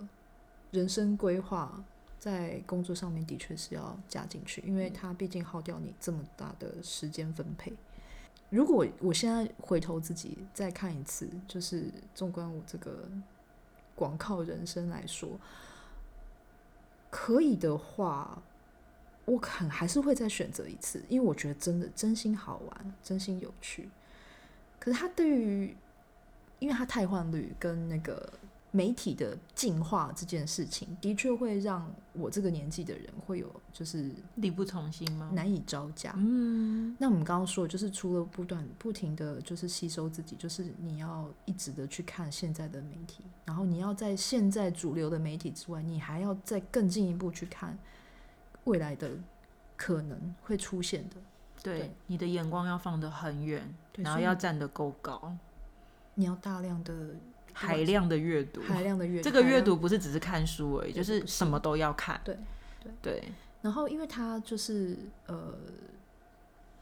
A: 人生规划，在工作上面的确是要加进去，因为它毕竟耗掉你这么大的时间分配。如果我现在回头自己再看一次，就是纵观我这个广告人生来说，可以的话，我肯还是会再选择一次，因为我觉得真的真心好玩，真心有趣。可是它对于，因为它太换率跟那个媒体的进化这件事情，的确会让我这个年纪的人会有就是
B: 力不从心吗？
A: 难以招架。
B: 嗯，
A: 那我们刚刚说，就是除了不断不停的就是吸收自己，就是你要一直的去看现在的媒体，然后你要在现在主流的媒体之外，你还要再更进一步去看未来的可能会出现的。
B: 对，
A: 对
B: 你的眼光要放得很远，
A: 对
B: 然后
A: 所以
B: 要站得够高，
A: 你要大量的
B: 海量的阅读。
A: 海量的阅读，
B: 这个
A: 海
B: 阅
A: 量
B: 读不是只是看书而已，
A: 对
B: 就
A: 这
B: 是
A: 不是
B: 什么都要看。
A: 对
B: 对
A: 对
B: 对，
A: 然后，因为他就是呃，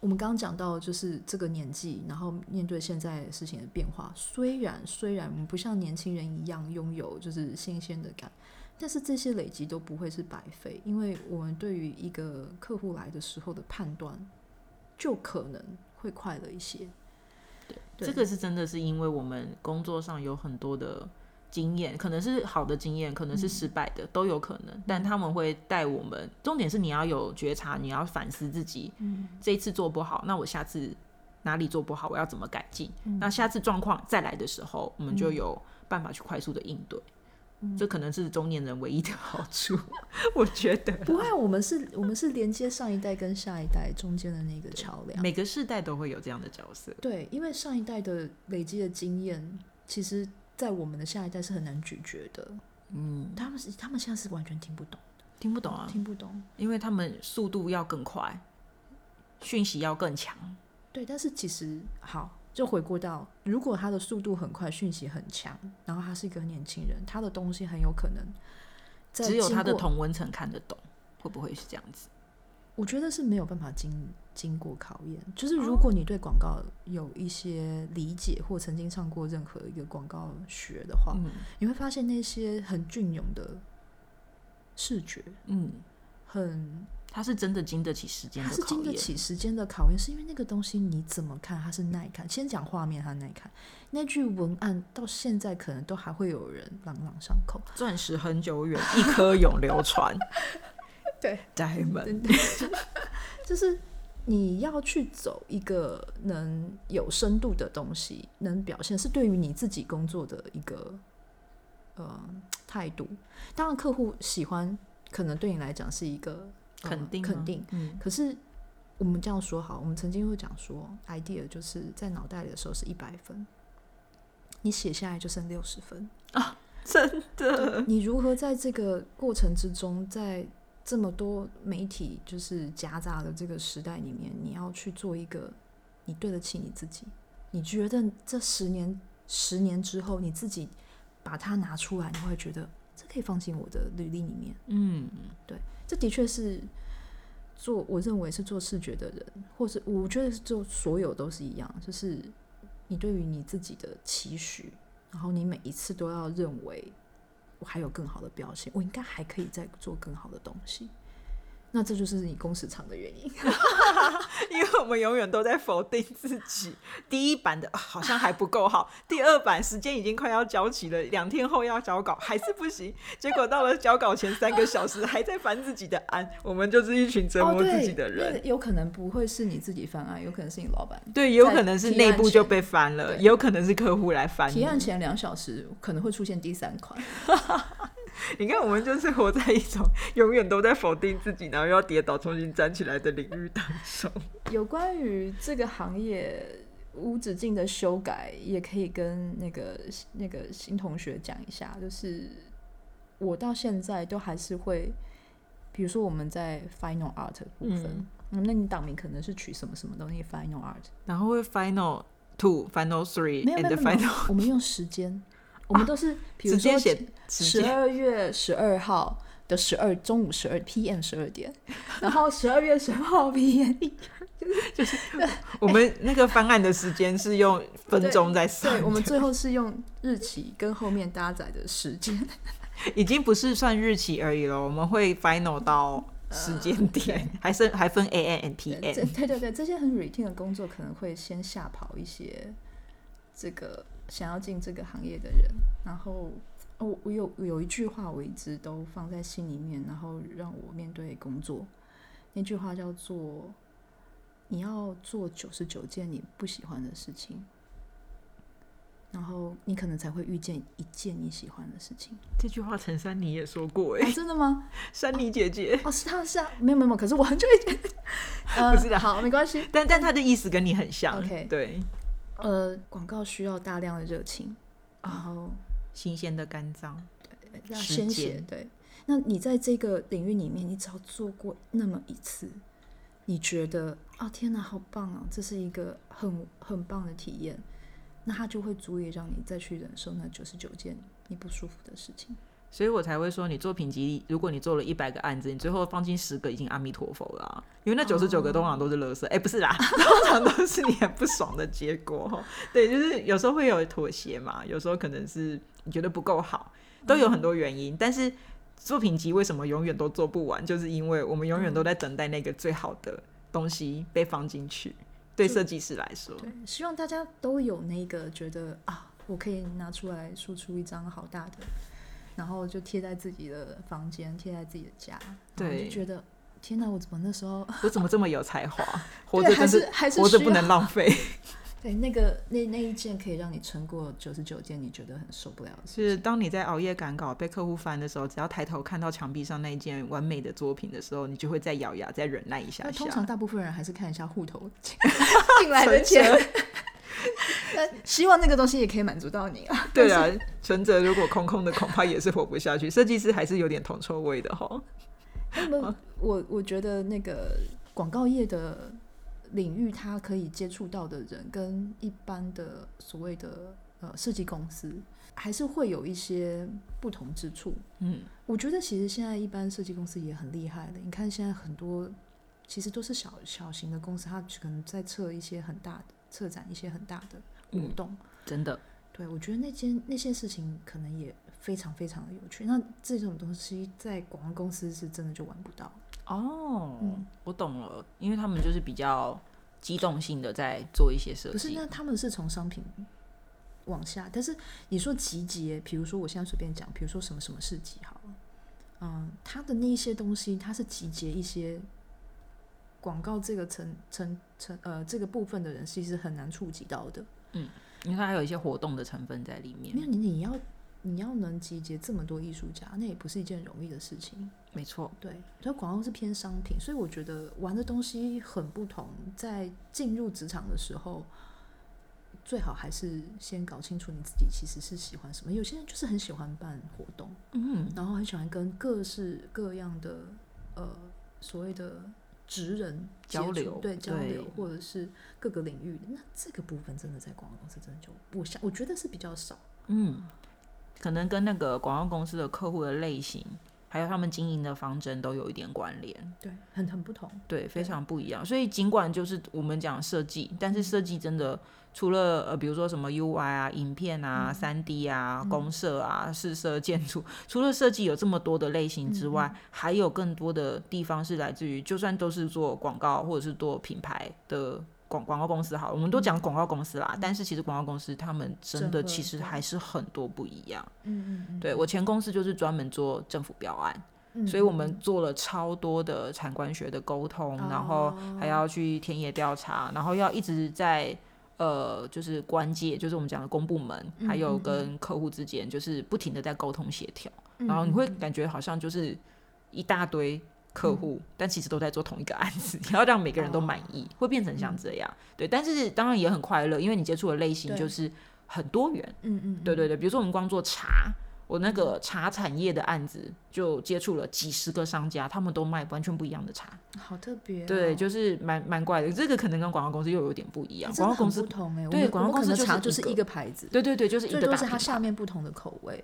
A: 我们刚刚讲到，就是这个年纪，然后面对现在事情的变化，虽然虽然我们不像年轻人一样拥有就是新鲜的感，但是这些累积都不会是白费，因为我们对于一个客户来的时候的判断，就可能会快了一些。对
B: 这个是真的是因为我们工作上有很多的经验，可能是好的经验，可能
A: 嗯
B: 是失败的，都有可能。但他们会带我们，重点是你要有觉察，你要反思自己，
A: 嗯，
B: 这一次做不好，那我下次哪里做不好，我要怎么改进？
A: 嗯
B: 那下次状况再来的时候，我们就有办法去快速的应对。
A: 嗯
B: 这可能是中年人唯一的好处， [LAUGHS] 我觉得
A: 不会，啊我们是我们是连接上一代跟下一代中间的那个桥梁。
B: 每个世代都会有这样的角色。
A: 对，因为上一代的累积的经验，其实，在我们的下一代是很难咀嚼的。
B: 嗯，
A: 他们是他们现在是完全听不懂，
B: 听不懂啊，
A: 听不懂。
B: 因为他们速度要更快，讯息要更强。
A: 对，但是其实好，就回过到，如果他的速度很快，讯息很强，然后他是一个年轻人，他的东西很有可能在
B: 只有
A: 经
B: 他的
A: 过，
B: 同温层看得懂，会不会是这样子？
A: 我觉得是没有办法经经过考验。就是
B: 哦
A: 如果你对广告有一些理解，或曾经上过任何一个广告学的话，
B: 嗯
A: 你会发现那些很隽永的视觉，
B: 嗯，
A: 很，
B: 他是真的经得起时间
A: 它
B: 的
A: 是
B: 考
A: 经得
B: 验。
A: 起时间的考验，是因为那个东西你怎么看，它是耐看。先讲画面，它耐看，那句文案到现在可能都还会有人朗朗上口。
B: 钻石很久远，一颗永流传。
A: [LAUGHS] 对嗯 [LAUGHS]
B: ，Diamond。
A: 真的，就是你要去走一个能有深度的东西，能表现是对于你自己工作的一个呃态度。当然，客户喜欢可能对你来讲是一个、呃
B: 肯定、
A: 肯定。，
B: 嗯，
A: 可是我们这样说好，我们曾经会讲说，idea 就是在脑袋里的时候是一百分，你写下来就剩六十分。
B: 真的，
A: 你如何在这个过程之中，在这么多媒体就是夹杂的这个时代里面，你要去做一个你对得起你自己。你觉得这十年十年之后，你自己把它拿出来，你会觉得这可以放进我的履历里面。
B: 嗯，
A: 这的确是做我认为是做视觉的人，或是我觉得是做所有都是一样，就是你对于你自己的期许，然后你每一次都要认为我还有更好的表现，我应该还可以再做更好的东西。那这就是你工时长的原因。
B: 因为我们永远都在否定自己。第一版的、啊好像还不够好，第二版时间已经快要交齐了，两天后要交稿还是不行。结果到了交稿前三个小时还在烦自己的案，我们就是一群
A: 哦
B: 折磨自己的人。嗯
A: 有可能不会是你自己犯案，有可能是你老板。
B: 对，也有
A: 在
B: 可能是
A: 提
B: 内
A: 案
B: 部就
A: 前
B: 被翻了，
A: 对
B: 也有可能是客户来翻
A: 提
B: 你。
A: 案前两小时可能会出现第三款，
B: 你看，我们就是活在一种 [LAUGHS] 永远都在否定自己，然后又要跌倒重新站起来的领域当中。
A: 有关于这个行业无止境的修改，也可以跟那个那个新同学讲一下，就是我到现在都还是会，比如说我们在 Final Art 的部分
B: 嗯，
A: 嗯、那你档名可能是取什么什么东西 Final Art，
B: 然后会 final two、final three
A: 没有没有没
B: and
A: 有
B: final，，哦
A: 我们用时
B: [LAUGHS]
A: 间，我们都是比
B: 直
A: 如
B: 接
A: 说
B: 写直
A: 十
B: 接
A: 二月十二号的十二中午十二 PM 十二点，然后十二月十号 PM 一
B: 我们那个方案的时间是用分钟在
A: 对，
B: 算，
A: 我们最后是用日期跟后面搭载的时间。
B: 已经不是算日期而已了，我们会 final 到时间点，还是还分 A N and P
A: 嗯 [LAUGHS] 对
B: N。
A: 对对对，这些很 routine 的工作可能会先吓跑一些这个想要进这个行业的人。然后，哦，我我有有一句话我一直都放在心里面，然后让我面对工作。那句话叫做：你要做九十九件你不喜欢的事情，然后你可能才会遇见一件你喜欢的事情。
B: 这句话陈珊妮也说过、
A: 啊
B: 哎，，
A: 真的吗？
B: 珊妮姐姐，
A: [LAUGHS] 哦，是他是啊，没有没有，没有可是我很久以 [LAUGHS] 前，呃，
B: 不是啦
A: 好，没关系。
B: 但但她的意思跟你很像
A: OK
B: 对，
A: 呃，广告需要大量的热情，然后
B: 新鲜的肝脏，
A: 呃要
B: 时
A: 鲜血
B: 间。
A: 对，那你在这个领域里面，你只要做过那么一次，你觉得啊、天哪，好棒哦，这是一个很很棒的体验，那它就会足以让你再去忍受那九十九件你不舒服的事情。
B: 所以我才会说，你作品集，如果你做了一百个案子，你最后放进十个，已经阿弥陀佛了啊、因为那九十九个通常都是垃圾，哎、不是啦，通常都是你很不爽的结果。对，就是有时候会有妥协嘛，有时候可能是你觉得不够好，都有很多原因。但是作品集为什么永远都做不完，就是因为我们永远都在等待那个最好的东西被放进去。对设计师来说，
A: 对，希望大家都有那个觉得啊，我可以拿出来输出一张好大的，然后就贴在自己的房间，贴在自己的家，然后
B: 对
A: 就觉得天哪，我怎么那时候 [LAUGHS]
B: 我怎么这么有才华？活
A: 对
B: 着
A: 还
B: 真
A: 是还是
B: 活着
A: 需
B: 不
A: 要
B: 能浪费。
A: 对那个那那一件可以让你撑过九十九件你觉得很受不了的事
B: 是当你在熬夜赶稿被客户翻的时候，只要抬头看到墙壁上那一件完美的作品的时候，你就会再咬牙再忍耐一下
A: 那
B: 下
A: 通。常大部分人还是看一下户头
B: [LAUGHS]
A: 进来的钱，但希 [LAUGHS] 望那个东西也可以满足到你啊。[LAUGHS]
B: 对啊，存折如果空空的，恐怕也是活不下去。设计师还是有点铜臭味的哈。
A: 那么我我觉得那个广告业的领域，它可以接触到的人，跟一般的所谓的呃设计公司，还是会有一些不同之处。
B: 嗯，
A: 我觉得其实现在一般设计公司也很厉害的，你看现在很多其实都是小小型的公司，它可能在测一些很大的策展一些很大的活
B: 嗯
A: 动。
B: 真的，
A: 对，我觉得那件那些事情可能也非常非常的有趣。那这种东西在广告公司是真的就玩不到。
B: 哦，
A: 嗯
B: 我懂了，因为他们就是比较机动性的在做一些设
A: 不是，那他们是从商品往下，但是你说集结，比如说我现在随便讲，比如说什么什么市集好了，嗯，它的那一些东西，它是集结一些广告这个层层层呃这个部分的人，其实很难触及到的。
B: 因为它还有一些活动的成分在里面
A: 没有你，你要你要能集结这么多艺术家，那也不是一件容易的事情。
B: 没错，
A: 对，所以广告是偏商品，所以我觉得玩的东西很不同。在进入职场的时候，最好还是先搞清楚你自己其实是喜欢什么。有些人就是很喜欢办活动，
B: 嗯，
A: 然后很喜欢跟各式各样的呃所谓的职人
B: 交
A: 接触
B: 流
A: 对交
B: 对
A: 流，或者是各个领域的，那这个部分真的在广告公司真的就我想我觉得是比较少。
B: 嗯，可能跟那个广告公司的客户的类型，还有他们经营的方针都有一点关联，
A: 对，很很不同。
B: 对，非常不一样。所以尽管就是我们讲设计，但
A: 嗯
B: 是设计真的除了呃，比如说什么 UI 啊、影片
A: 嗯
B: 啊、三 D 啊、公社啊、试色建筑，除了设计有这么多的类型
A: 嗯
B: 之外，还有更多的地方是来自于，就算都是做广告或者是做品牌的。广广告公司好了，我们都
A: 嗯
B: 讲广告公司啦，但是其实广告公司他们真
A: 整
B: 的
A: 合
B: 其实
A: 对
B: 还是很多不一样。
A: 嗯嗯嗯，
B: 对我前公司就是专门做政府标案，
A: 嗯
B: 所以我们做了超多的产官学的沟通，然后
A: 哦
B: 还要去田野调查，然后要一直在呃，就是官界，就是我们讲的公部门，
A: 嗯
B: 还有跟客户之间，就是不停的在沟通协调，
A: 嗯
B: 然后你会感觉好像就是一大堆。
A: 嗯
B: 客户，但其实都在做同一个案子， [LAUGHS] 你要让每个人
A: 哦
B: 都满意，会变成
A: 嗯
B: 像这样。对，但是当然也很快乐，因为你接触的类型
A: 对
B: 就是很多元。
A: 嗯嗯
B: 对对对，比如说我们光做茶，我那个茶产业的案子就接触了几十个商家，他们都卖完全不一样的茶，
A: 嗯好特别哦、
B: 对，就是蛮蛮怪的。这个可能跟广告公司又有点不
A: 哎
B: 一样，
A: 真
B: 广
A: 的
B: 告公
A: 很
B: 司
A: 不同哎、我
B: 对
A: 们
B: 广告
A: 我们
B: 公
A: 可能
B: 司就是
A: 茶
B: 一
A: 就是
B: 个
A: 一个牌子，
B: 对对对，就是一
A: 最
B: 个
A: 多
B: 大
A: 是它
B: 品牌
A: 下面不同的口味。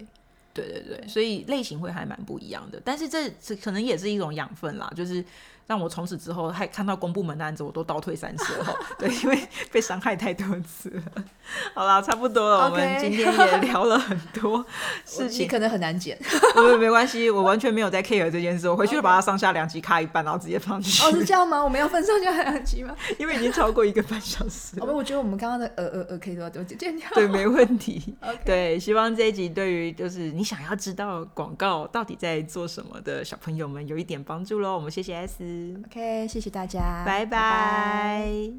B: 对对对，所以类型会还蛮不一样的，但是这这可能也是一种养分啦，就是让我从此之后还看到公部门的案子，我都倒退三尺后， [LAUGHS] 对，因为被伤害太多次了。好啦，差不多了
A: OK
B: 我们今天也聊了很多事
A: 你
B: 情，
A: 可能很难 [LAUGHS] 剪
B: 我 [LAUGHS] 没关系，我完全没有在 care 这件事，我回去就把它上下两集卡一半，然后直接放进去，
A: 哦，是这样吗？我们要分上下两集 [LAUGHS] 吗？
B: [LAUGHS] 因为已经超过一个半小时
A: 好
B: 了。
A: 吧，我觉得我们刚刚的呃呃呃可以多多剪剪掉。
B: [LAUGHS] 对，没问题。
A: [LAUGHS] OK
B: 对，希望这一集对于就是你想要知道广告到底在做什么的小朋友们有一点帮助喽。我们谢谢 S，
A: ，OK，谢谢大家，
B: 拜拜。